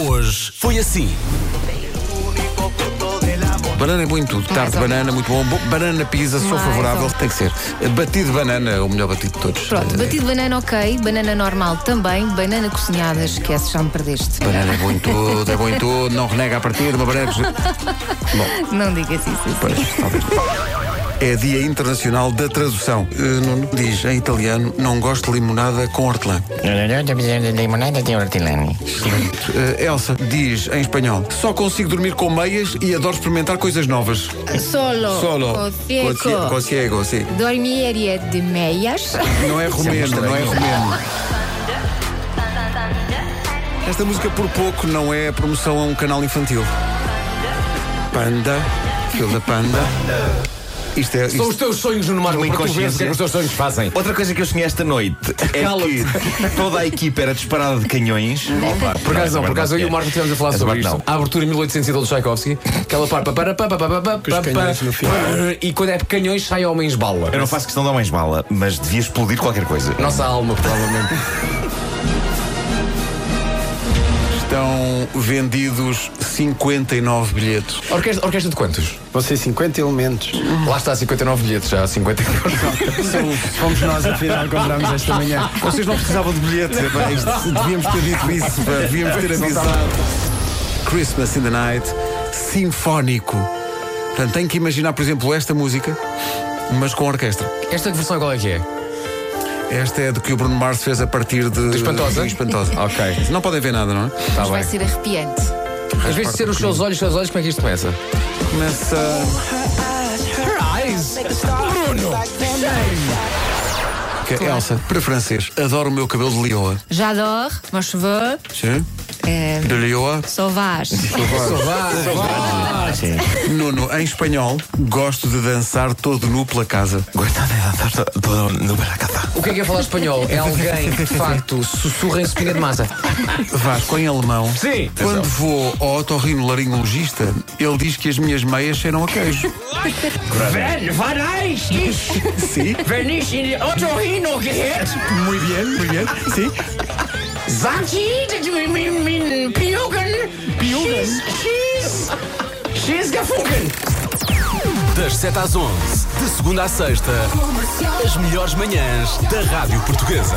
hoje foi assim. Banana é Ah, bom em tudo. Tarde de ou banana, muito bom. Bo- Banana pizza, sou Mais favorável. ou Tem que ser. Batido de banana, é o melhor batido de todos. Pronto, Eh, batido de banana ok, banana normal também, banana cozinhada, esquece, já me perdeste. Banana é bom em tudo, é bom em tudo. Não renega a partir, uma banana. é Não digas isso assim. Pois, talvez. É Dia Internacional da Tradução. Eh, Nuno diz em italiano: não gosto de limonada com hortelã. Limonada de hortelã. Eh, Elsa diz em espanhol: só consigo dormir com meias e adoro experimentar coisas novas. é Oh, Solo, Solo. Cocie- coceco, Cosiego, sim. dormiria é de meias. Não é romeno, não é romeno. Esta música por pouco não é promoção a um canal infantil. Panda, filho da panda. Isto é. São Isto... os teus sonhos no mar, Uma para tu vês o que é que inconsciência. os teus sonhos fazem. Outra coisa que eu sonhei esta noite é Cala-te. que toda a equipa era disparada de canhões. Por acaso não, por acaso eu e o Marco estivemos a falar sobre isto. A abertura em 1812 de Tchaikovsky, aquela parte para para para para os canhões no fim. para e quando é canhões sai homens bala. Eu não faço questão de homens bala, mas devia explodir qualquer coisa. Nossa alma, provavelmente. Estão vendidos 59 bilhetes. Orquestra, orquestra de quantos? Vão ser 50 elementos. Lá está 59 bilhetes, já há 50. Fomos nós, afinal, comprámos esta manhã. Vocês não precisavam de bilhete. epá, isto- devíamos ter dito isso, pá, devíamos ter avisado. Christmas in the Night, sinfónico. Portanto, tenho que imaginar, por exemplo, esta música, mas com orquestra. Esta versão qual é que é? Esta é do que o Bruno Mars fez a partir de. De Espantosa? Espantosa. Ok. Não podem ver nada, não é? Está Vai bem. ser arrepiante. Às vezes de ser os seus olhos, os seus olhos, como é que isto começa? Começa. Bruno! Que é Elsa, para francês, adoro o meu cabelo de lioa. J'adore, mon cheveu, Sim? É. De lioa. sauvage. Nuno, em espanhol, gosto de dançar todo nu pela casa. Gosta de dançar todo no baracata. O que é que é falar espanhol? É alguém que de facto sussurra em espinha de massa. Vasco, em alemão. Sim. Quando vou ao otorrinolaringologista, ele diz que as minhas meias cheiram a queijo. Vel, varais, ich Sim? bin nicht in die Otorino gehört. Muito bem, muito bem. Sim? Sagen Sie, dass du mit meinen Piugen, schieß, schieß, schieß gefunken. Das 7 às 11, de segunda à sexta, as melhores manhãs da Rádio Portuguesa.